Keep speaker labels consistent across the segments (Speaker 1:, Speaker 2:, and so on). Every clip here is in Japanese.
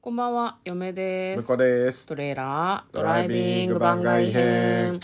Speaker 1: こんばんは、嫁で
Speaker 2: 向
Speaker 1: す。
Speaker 2: こうです。
Speaker 1: トレーラード
Speaker 2: ド
Speaker 1: ラ
Speaker 2: ラ
Speaker 1: イ
Speaker 2: イ
Speaker 1: ビ
Speaker 2: ビ
Speaker 1: ン
Speaker 2: ン
Speaker 1: グ
Speaker 2: グ
Speaker 1: 番
Speaker 2: 番
Speaker 1: 外
Speaker 2: 外
Speaker 1: 編
Speaker 2: 編。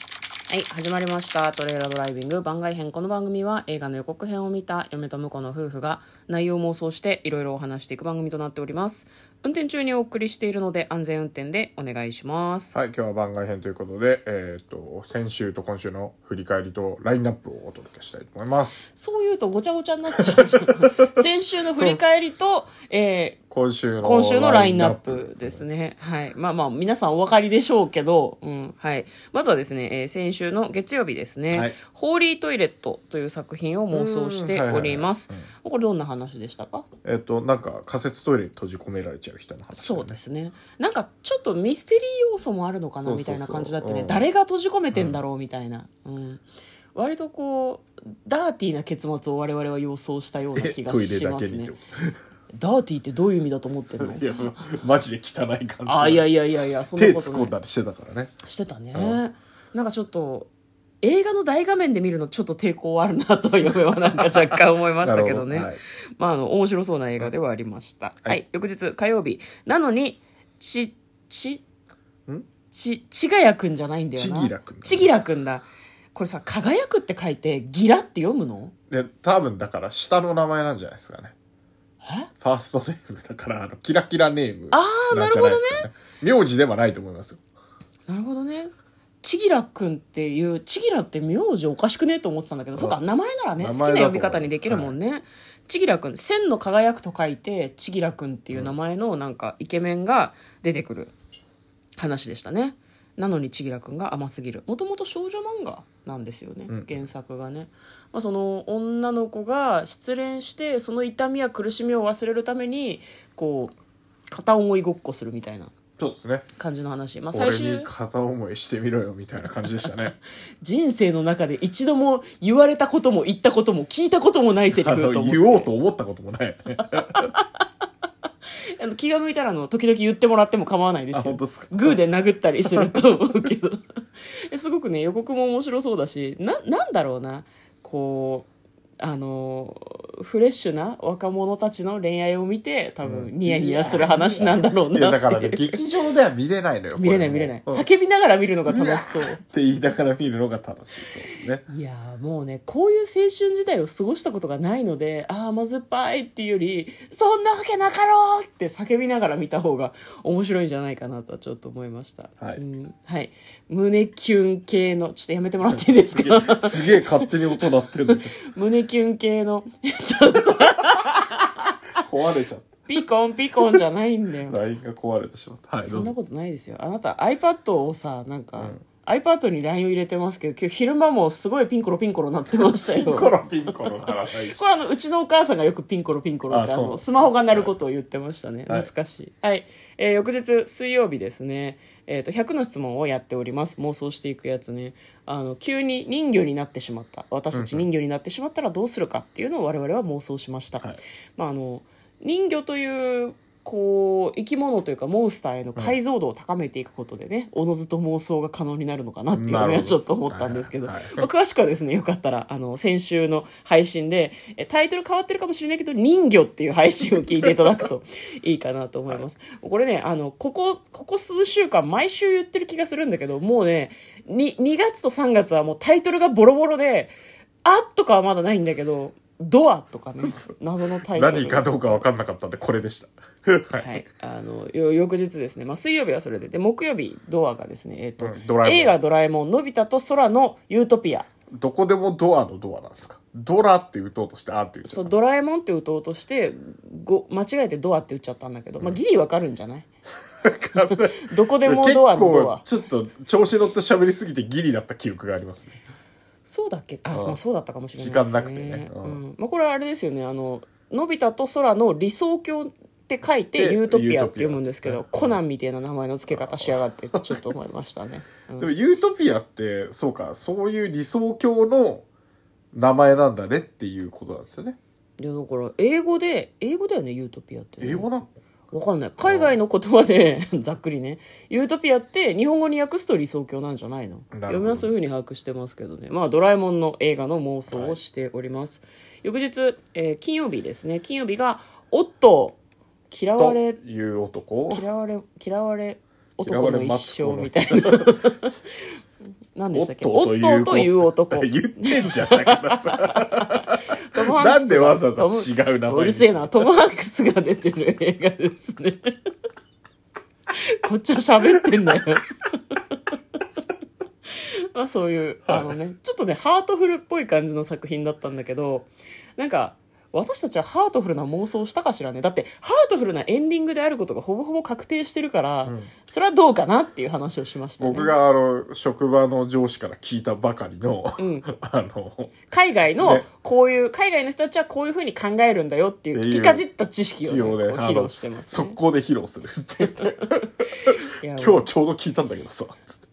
Speaker 1: はい、始まりました。トレーラードライビング番外編。この番組は映画の予告編を見た嫁と婿の夫婦が内容を妄想していろいろお話していく番組となっております。運転中にお送りしているので安全運転でお願いします。
Speaker 2: はい、今日は番外編ということで、えっ、と、先週と今週の振り返りとラインナップをお届けしたいと思います。
Speaker 1: そう言うとごちゃごちゃになっちゃうじ ゃん。先週の振り返りと、えー
Speaker 2: 今週の
Speaker 1: 今週のラインナップですね。はい。まあまあ、皆さんお分かりでしょうけど、うん。はい。まずはですね、えー先週の月曜日ですね、
Speaker 2: はい
Speaker 1: ホーリートイレットという作品を妄想しております。
Speaker 2: うんはい
Speaker 1: これどんな話でしたか
Speaker 2: えっ、と、なんか仮設トイレに閉じ込められちゃう人の話、
Speaker 1: そうですね。なんかちょっとミステリー要素もあるのかな
Speaker 2: そう
Speaker 1: み
Speaker 2: そう
Speaker 1: た
Speaker 2: そう
Speaker 1: いな感じだったね。
Speaker 2: うん
Speaker 1: 誰が閉じ込めてんだろうみたいな。うん。割とこう、ダーティーな結末を我々は予想したような
Speaker 2: え
Speaker 1: 気が
Speaker 2: トイレ
Speaker 1: し
Speaker 2: だ
Speaker 1: ま
Speaker 2: け
Speaker 1: す
Speaker 2: にっ
Speaker 1: ね
Speaker 2: てこ。
Speaker 1: ダーティーってどういう意味だと思って るの
Speaker 2: と。いや、マジで汚い感じ。
Speaker 1: あー、いやいやいやいや、そんな
Speaker 2: 手
Speaker 1: ことない。
Speaker 2: 突っ込んだりしてたからね。
Speaker 1: してたね、
Speaker 2: うん
Speaker 1: なんかちょっと映画の大画面で見るのちょっと抵抗はあるなと嫁はなんか若干思いましたけどね
Speaker 2: なるほ
Speaker 1: まああの面白そうな映画ではありましたはい、
Speaker 2: い
Speaker 1: 翌日火曜日なのにちち
Speaker 2: ん
Speaker 1: ちちがやくんじゃないんだよな
Speaker 2: ちぎらくん
Speaker 1: ちぎらくんだこれさ輝くって書いてギラって読むの
Speaker 2: どはい。で、多分だから下の名前なんじゃないですかね。
Speaker 1: え
Speaker 2: ファーストネームだから、あの、キラキラネーム。
Speaker 1: あー
Speaker 2: んじゃいですかね。名字ではないと思いますよ。
Speaker 1: なるほどねちぎらくんっていうちぎらって名字おかしくねと思ってたんだけどそっか名前ならね好
Speaker 2: 名
Speaker 1: き
Speaker 2: 前
Speaker 1: な
Speaker 2: だと思います
Speaker 1: 呼び方にできるもんね、ちぎらくん千の輝くと書いてちぎらくんっていう名前のなんかイケメンが出てくる話でしたねなのにちぎらくんが甘すぎるもともと少女漫画なんですよね、
Speaker 2: うん
Speaker 1: 原作がね、まあ、その女の子が失恋してその痛みや苦しみを忘れるためにこう片思いごっこするみたいな
Speaker 2: そうですね。
Speaker 1: 感じの話、まあ、最
Speaker 2: 俺
Speaker 1: 終
Speaker 2: に片思いしてみろよみたいな感じでした ね。
Speaker 1: 人生の中で一度も言われたことも言ったことも聞いたこともないセリ
Speaker 2: あ
Speaker 1: フ
Speaker 2: の、
Speaker 1: と思
Speaker 2: 言おうと思ったこともないよ ね。
Speaker 1: あの気が向いたらあの時々言ってもらっても構わないで
Speaker 2: あ、
Speaker 1: すよ
Speaker 2: 本当ですか。
Speaker 1: グーで殴ったりすると思うけど えすごくね予告も面白そうだしななんだろうなこうあのフレッシュな若者たちの恋愛を見て多
Speaker 2: う
Speaker 1: 分
Speaker 2: ん
Speaker 1: ニヤニヤする話なんだろう
Speaker 2: いや、
Speaker 1: な
Speaker 2: だか
Speaker 1: っ
Speaker 2: ら
Speaker 1: てい
Speaker 2: ね、
Speaker 1: う
Speaker 2: 劇場では見れないのよ。
Speaker 1: 見れない
Speaker 2: こ
Speaker 1: 見れ
Speaker 2: も
Speaker 1: ない
Speaker 2: うんっ
Speaker 1: 叫びながら見るのが楽しそう
Speaker 2: て言いながら見るのが楽しい。そうですね。
Speaker 1: いやーもうねこういう青春時代を過ごしたことがないのでああ甘酸っぱいっていうよりそんなわけなかろうって叫びながら見た方が面白いんじゃないかなとはちょっと思いました、
Speaker 2: はい
Speaker 1: うんはい、胸キュン系のちょっとやめてもらっていいです
Speaker 2: すげ え
Speaker 1: か
Speaker 2: すげえ勝手に音鳴ってるんだ け
Speaker 1: 胸キュン系のちょっとさ
Speaker 2: ど壊れちゃっ
Speaker 1: ピコンピコンじゃないんだよ
Speaker 2: た。LINE が壊れてしまった。はい、
Speaker 1: そ
Speaker 2: ど
Speaker 1: ん
Speaker 2: う
Speaker 1: な
Speaker 2: ぞ。
Speaker 1: ことないですよあなた iPad をさなんか、
Speaker 2: うん
Speaker 1: iPad に LINE を入れてますけど今日昼間もすごいピンコロピンコロなってましたよ
Speaker 2: ピンコロピンコロならない し
Speaker 1: これあのうちのお母さんがよくピンコロピンコロってあ
Speaker 2: あそう
Speaker 1: のスマホが鳴ることを言ってましたね、
Speaker 2: はい
Speaker 1: 懐かしい、はいえー翌日水曜日ですね、えー、と100の質問をやっております妄想していくやつねあの急に人魚になってしまった私たち人魚になってしまったらどうするかっていうのを我々は妄想しました、
Speaker 2: はい
Speaker 1: まあ、あの人魚というこう生き物というかモンスターへの解像度を高めていくことでね、おのずと妄想が可能になるのかなっていうの
Speaker 2: なる
Speaker 1: は
Speaker 2: ほど
Speaker 1: ちょっと思ったんですけど、
Speaker 2: はいはいはい
Speaker 1: まあ詳しくはですねよかったらあの先週の配信でえタイトル変わってるかもしれないけど「人魚」っていう配信を聞いていただくと いいかなと思います、これねあのここここ数週間毎週言ってる気がするんだけどもうねに 2, 月と3月はもうタイトルがボロボロで「あ」とかはまだないんだけど「ドア」とか ね謎のタイトル
Speaker 2: 何かどうか分かんなかったんで、これでした。はい。
Speaker 1: はい、あのよ翌日ですね、まあ、水曜日はそれでで木曜日ドアがですね、えーと
Speaker 2: うんドラえもん
Speaker 1: 映画「ドラえもんのび太と空のユートピア」
Speaker 2: どこでもドアのドアなんですかドラって打とうとして、あーって言っちゃ
Speaker 1: そ
Speaker 2: っ
Speaker 1: う
Speaker 2: た。
Speaker 1: ドラえもんって打とうとしてご間違えてドアって打っちゃったんだけど、まあ、ギリわかるんじゃないどこでもドアのドア
Speaker 2: 結構、ちょっと調子乗って喋りすぎてギリだった記憶がありますね。
Speaker 1: そうだっけあ、
Speaker 2: うん
Speaker 1: まあ、そうだったかもしれない
Speaker 2: 時間なくてね
Speaker 1: う
Speaker 2: うんん
Speaker 1: まあ、これはあれですよねあの「のび太と空の理想郷」って書いて「
Speaker 2: で
Speaker 1: ユートピア」って読むんですけ
Speaker 2: ユ
Speaker 1: ど
Speaker 2: ートピア
Speaker 1: コナンみたいな名前の付け方しやがってちょっと思いましたね、うん
Speaker 2: でもユートピアってそうかそういう理想郷の名前なんだねっていうことなんですよね
Speaker 1: いやだから英語で英語だよねユートピアってね、
Speaker 2: 英語なの
Speaker 1: わかんない海外の言葉でざっくりねユートピアって日本語に訳すと理想郷なんじゃないの
Speaker 2: なるほど
Speaker 1: 嫁はそういうふうに把握してますけどねまあドラえもんの映画の妄想をしております、翌日、えー金曜日ですね金曜日が「おっと嫌
Speaker 2: と
Speaker 1: われ
Speaker 2: いう男
Speaker 1: 嫌われ嫌われ男の一生みたい な何でしたっけ
Speaker 2: オ
Speaker 1: 夫
Speaker 2: ットー
Speaker 1: という男
Speaker 2: 言ってんじゃんだか らさ
Speaker 1: トムハンクスが
Speaker 2: なんでわざわざ
Speaker 1: トム
Speaker 2: 違う名前
Speaker 1: うるせえなトム・ハンクスが出てる映画ですねこっちは喋ってんだよ まあそういう、あのねちょっとねハートフルっぽい感じの作品だったんだけどなんか私たちはハートフルな妄想をしたかしらねだってハートフルなエンディングであることがほぼほぼ確定してるから、それはどうかなっていう話をしましたね
Speaker 2: 僕があの職場の上司から聞いたばかりの、
Speaker 1: ん
Speaker 2: あの
Speaker 1: 海外の
Speaker 2: ね
Speaker 1: こういう、海外の人たちはこういうふうに考えるんだよっていう聞きかじった知識をね、
Speaker 2: 披露で、
Speaker 1: こう
Speaker 2: あ
Speaker 1: 披
Speaker 2: の
Speaker 1: 露してます、
Speaker 2: 速
Speaker 1: ね、
Speaker 2: 攻で披露するって
Speaker 1: いや
Speaker 2: 今日ちょうど聞いたんだけどさつって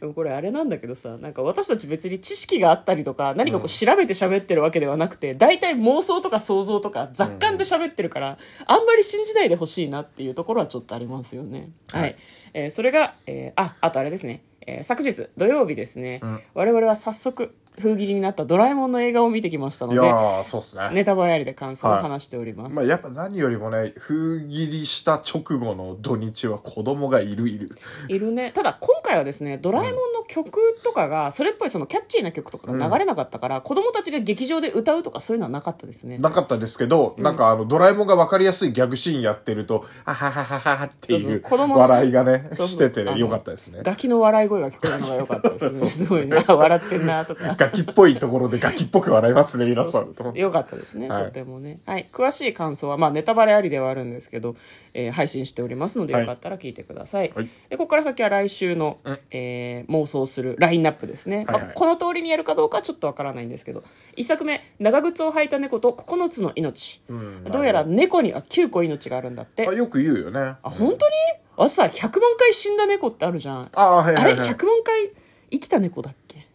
Speaker 1: でもこれあれなんだけどさなんか私たち別に知識があったりとか何かこう調べて喋ってるわけではなくて、大体妄想とか想像とか雑感で喋ってるから、あんまり信じないでほしいなっていうところはちょっとありますよね。はい、
Speaker 2: はい
Speaker 1: えーそれが、えーああとあれですね、えー昨日土曜日ですね、
Speaker 2: ん
Speaker 1: 我々は早速封切りになった「ドラえもん」の映画を見てきましたの
Speaker 2: いや
Speaker 1: で
Speaker 2: ーそうっすね
Speaker 1: ネタバレありで感想を話しております。
Speaker 2: まあ、やっぱ何よりもね封切りした直後の土日は子供がいるいる
Speaker 1: いる ねただ今回はですね「ドラえもん」の曲とかがそれっぽいそのキャッチーな曲とかが流れなかったから、子供たちが劇場で歌うとかそういうのはなかったですね
Speaker 2: なかったですけど、なんかあのドラえもんが分かりやすいギャグシーンやってると「あははははは」って
Speaker 1: そう
Speaker 2: い
Speaker 1: そう
Speaker 2: う
Speaker 1: 子供の
Speaker 2: 笑いがね
Speaker 1: そうそう
Speaker 2: してて
Speaker 1: あの
Speaker 2: よかったですね
Speaker 1: ガキの笑い声が聞こえるのが良かったですねすごいねあ笑ってんなとか
Speaker 2: ガキっぽいところでガキっぽく笑いますね皆さん
Speaker 1: そうそうよかったですね、
Speaker 2: はい
Speaker 1: とてもね、はい、詳しい感想は、まあ、ネタバレありではあるんですけど、えー配信しておりますので
Speaker 2: はい
Speaker 1: よかったら聞いてください、
Speaker 2: はい
Speaker 1: でここから先は来週の、えー妄想するラインナップですね、
Speaker 2: はいはい
Speaker 1: まあこの通りにやるかどうかはちょっとわからないんですけど1作目「長靴を履いた猫と9つの命」
Speaker 2: ん
Speaker 1: どうやら猫には9個命があるんだって
Speaker 2: あよく言うよね
Speaker 1: あ本当にあさ100万回死んだ猫ってあるじゃん
Speaker 2: あは い
Speaker 1: あ
Speaker 2: は
Speaker 1: れ
Speaker 2: い
Speaker 1: 100
Speaker 2: は
Speaker 1: 万
Speaker 2: い
Speaker 1: 回生きた猫だっ け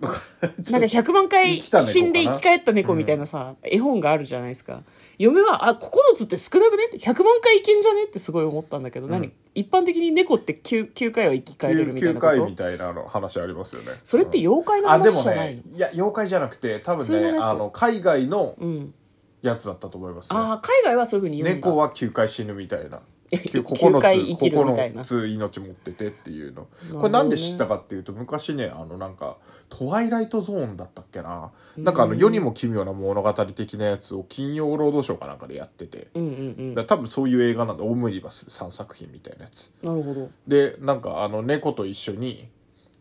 Speaker 2: ちょ
Speaker 1: なんか100万回
Speaker 2: 生きた猫かな
Speaker 1: 死んで生き返った猫みたいなさ、絵本があるじゃないですか。嫁は、あ、9つって少なくねって、100万回いけんじゃねってすごい思ったんだけど、何一般的に猫って 9, 9回は生き返れるみたい
Speaker 2: 9
Speaker 1: なこ
Speaker 2: 回
Speaker 1: と
Speaker 2: みたいなの話ありますよね
Speaker 1: それって妖怪の
Speaker 2: あでも
Speaker 1: 話じゃない
Speaker 2: ね
Speaker 1: の、
Speaker 2: いや妖怪じゃなくて多分
Speaker 1: 普通の
Speaker 2: ね
Speaker 1: 猫
Speaker 2: あの海外の
Speaker 1: うん。
Speaker 2: やつだったと思いますね
Speaker 1: ああ、海外はそういうふうに言うんだ。
Speaker 2: 猫は9回死ぬみたいな
Speaker 1: 9
Speaker 2: 9,
Speaker 1: 回生きるみたいな
Speaker 2: つ命持っててっていう
Speaker 1: ほ
Speaker 2: の
Speaker 1: どね
Speaker 2: これなんで知ったかっていうと昔ねあのなんか「トワイライトゾーン」だったっけななんかあの世にも奇妙な物語的なやつを金曜ロードショーかなんかでやってて、
Speaker 1: うんうんうん。な
Speaker 2: だから多分そういう映画なんだオムニバス3作品みたいなやつ
Speaker 1: るほど。
Speaker 2: でなんかあの猫と一緒に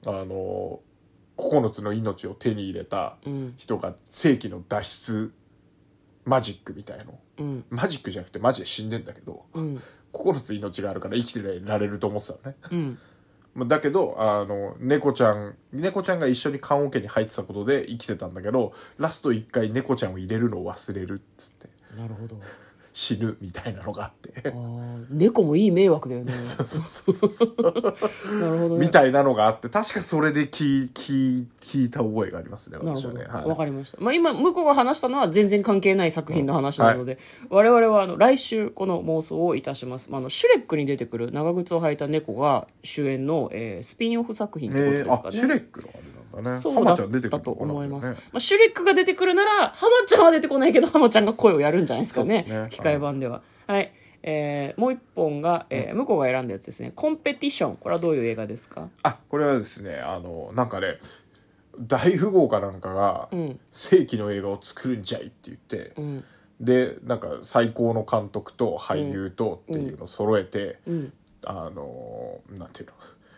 Speaker 2: あの9つの命を手に入れた
Speaker 1: うん
Speaker 2: 人が世紀の脱出マジックみたいの
Speaker 1: うん
Speaker 2: マジックじゃなくてマジで死んでんだけど
Speaker 1: うん
Speaker 2: 9つ命があるから生きてられると思ってたのね
Speaker 1: うん。
Speaker 2: まあだけどあの猫ちゃん猫ちゃんが一緒に棺桶に入ってたことで生きてたんだけどラスト1回猫ちゃんを入れるのを忘れるっつって
Speaker 1: なるほど。
Speaker 2: 死ぬみたいなのがあっ
Speaker 1: あ
Speaker 2: て
Speaker 1: ー猫もいい迷惑だよね。
Speaker 2: そうそうそうそうそう
Speaker 1: なるほどね
Speaker 2: み。たいなのがあって確かそれで聞い聞い聞いた覚えがありますね
Speaker 1: なる
Speaker 2: 私
Speaker 1: ほ
Speaker 2: は
Speaker 1: ど。
Speaker 2: ね、
Speaker 1: わ、
Speaker 2: はい
Speaker 1: かりました。まあ今、向こうが話したのは全然関係ない作品の話なので、我々はあの来週この妄想をいたします。まあ、あの、シュレックに出てくる長靴を履いた猫が主演の、えースピンオフ作品ってことで
Speaker 2: え
Speaker 1: す
Speaker 2: ー、あ
Speaker 1: かね。
Speaker 2: シュレックのあれなんだね
Speaker 1: そう
Speaker 2: 浜
Speaker 1: だ
Speaker 2: ちゃん出て
Speaker 1: っ
Speaker 2: く
Speaker 1: た
Speaker 2: る
Speaker 1: と
Speaker 2: のかな
Speaker 1: 思います。
Speaker 2: こ
Speaker 1: ま
Speaker 2: れね
Speaker 1: あ、シュレックが出てくるなら、ハマちゃんは出てこないけど、ハマちゃんが声をやるんじゃないですかね。
Speaker 2: そうですね
Speaker 1: 吹き替え版では。はい。えーもう一本が、えー向こうが選んだやつですね。コンペティション。これはどういう映画ですか
Speaker 2: あこれはですねあのなんかね大富豪かなんかが
Speaker 1: うん
Speaker 2: 世紀の映画を作るんじゃいって言って、
Speaker 1: うん。
Speaker 2: でなんか最高の監督と俳優とっていうのを揃えて、
Speaker 1: うん。
Speaker 2: あのなんていうの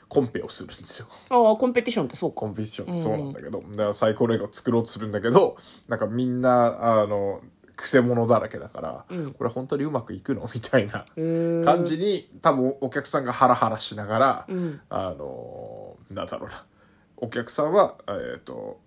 Speaker 2: コンペをするんですよ
Speaker 1: ああ、コンペティションってそう
Speaker 2: コ
Speaker 1: か。
Speaker 2: ンペティションってそうなんだけど、だから最高の映画を作ろうとするんだけどなんかみんなあのくせ者だらけだから、
Speaker 1: うん
Speaker 2: これ本当にうまくいくのみたいな
Speaker 1: へー
Speaker 2: 感じに多分お客さんがハラハラしながら、
Speaker 1: うん
Speaker 2: あのなんだろうなお客さんはえっ、と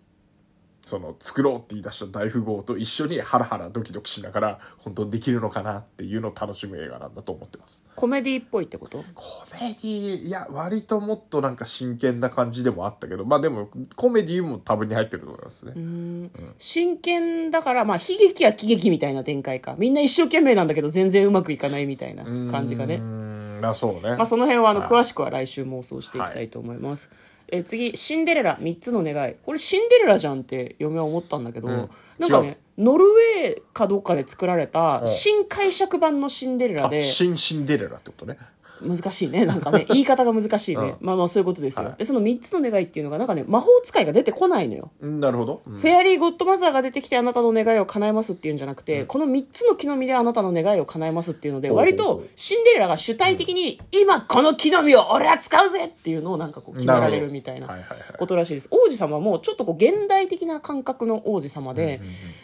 Speaker 2: その作ろうって言い出した大富豪と一緒にハラハラドキドキしながら本当にできるのかなっていうのを楽しむ映画なんだと思ってます
Speaker 1: コメディっぽいってこと
Speaker 2: コメディいや割ともっとなんか真剣な感じでもあったけどまあでもコメディも多分に入ってると思いますね、
Speaker 1: うん真剣だから、まあ、悲劇は喜劇みたいな展開かみんな一生懸命なんだけど全然うまくいかないみたいな感じが
Speaker 2: うー
Speaker 1: ね
Speaker 2: んまあそうね、
Speaker 1: まあ、その辺はあの
Speaker 2: はい
Speaker 1: 詳しくは来週妄想していきたいと思います、えー次「シンデレラ3つの願い」これ「シンデレラじゃん」って嫁は思ったんだけど、
Speaker 2: うん
Speaker 1: なんかねノルウェーかどうかで作られた
Speaker 2: うん
Speaker 1: 新解釈版の「シンデレラ
Speaker 2: あ
Speaker 1: で」
Speaker 2: 新シンデレラってことね
Speaker 1: 難しいねなんか ね言い方が難しいね、まあまあそういうことですよ、
Speaker 2: はい
Speaker 1: でその3つの願いっていうのがなんかね魔法使いが出てこないのよ
Speaker 2: うんなるほど、うん
Speaker 1: フェアリーゴッドマザーが出てきてあなたの願いを叶えますっていうんじゃなくて、この3つの木の実であなたの願いを叶えますっていうので、
Speaker 2: ほうほう
Speaker 1: 割とシンデレラが主体的に、今この木の実を俺は使うぜっていうのをなんかこう決められるみたい
Speaker 2: は
Speaker 1: ない
Speaker 2: はいはい
Speaker 1: ことらしいです。王子様もちょっとこう現代的な感覚の王子様で、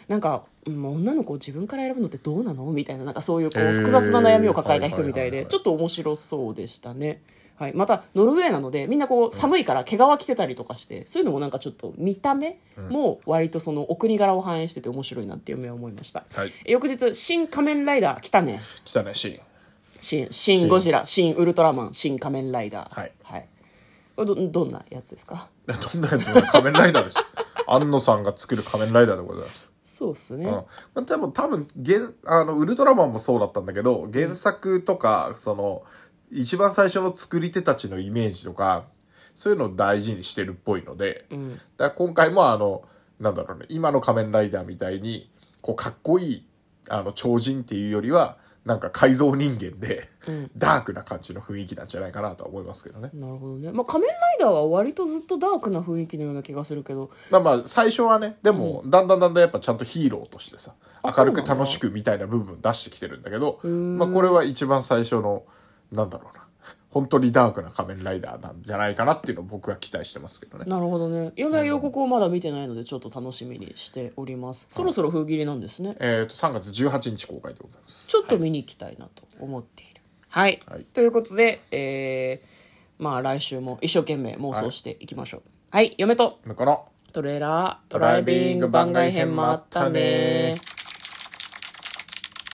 Speaker 1: なんか、うん女の子を自分から選ぶのってどうなのみたいな、なんかそういうこう
Speaker 2: へー
Speaker 1: 複雑な悩みを抱えた人みたい
Speaker 2: はいはいはいは
Speaker 1: で、ち
Speaker 2: い
Speaker 1: ょっと面白そうでしたね。はい、またノルウェーなのでみんなこう寒いから毛皮着てたりとかしてそういうのもなんかちょっと見た目も割とそのお国柄を反映してて面白いなっていう目は思いました、
Speaker 2: はい
Speaker 1: え翌日「新仮面ライダー」来たね
Speaker 2: 汚いシーン
Speaker 1: 新新ゴジラ新ウルトラマン新仮面ライダー
Speaker 2: はい
Speaker 1: これどどんなやつですか
Speaker 2: どんなやつも仮面ライダーですよ安野さんが作る仮面ライダーでございます
Speaker 1: そうっすね、
Speaker 2: うん、でも多分原あのウルトラマンもそうだったんだけど原作とか、その一番最初の作り手たちのイメージとかそういうのを大事にしてるっぽいので、だから今回もあのなんだろうね今の仮面ライダーみたいにこうかっこいいあの超人っていうよりはなんか改造人間で、ダークな感じの雰囲気なんじゃないかなとは思いますけどね。
Speaker 1: なるほどね、まあ、仮面ライダーは割とずっとダークな雰囲気のような気がするけど
Speaker 2: まあまあ最初はねでもだんだんだんだんやっぱちゃんとヒーローとしてさ
Speaker 1: あ
Speaker 2: 明る
Speaker 1: そう
Speaker 2: く
Speaker 1: なんだ
Speaker 2: 楽しくみたいな部分出してきてるんだけど
Speaker 1: ん
Speaker 2: まあこれは一番最初のなんだろうな本当にダークな仮面ライダーなんじゃないかなっていうのを僕は期待してますけどね
Speaker 1: なるほどね嫁は予告をまだ見てないのでちょっと楽しみにしておりますそろそろ封切りなんですね
Speaker 2: えっ、と3月18日公開でございます
Speaker 1: ちょっと見に行きたいなと思っているはい、
Speaker 2: はい
Speaker 1: ということでえーまあ来週も一生懸命妄想していきましょうはい、嫁と
Speaker 2: だから
Speaker 1: トレーラード
Speaker 2: ド
Speaker 1: ラ
Speaker 2: ラ
Speaker 1: イ
Speaker 2: イ
Speaker 1: ビ
Speaker 2: ビ
Speaker 1: ン
Speaker 2: ン
Speaker 1: グ
Speaker 2: グ
Speaker 1: 番
Speaker 2: 番
Speaker 1: 外
Speaker 2: 外
Speaker 1: 編
Speaker 2: 編
Speaker 1: も
Speaker 2: も
Speaker 1: あ
Speaker 2: あ
Speaker 1: っ
Speaker 2: ったた
Speaker 1: ね
Speaker 2: ね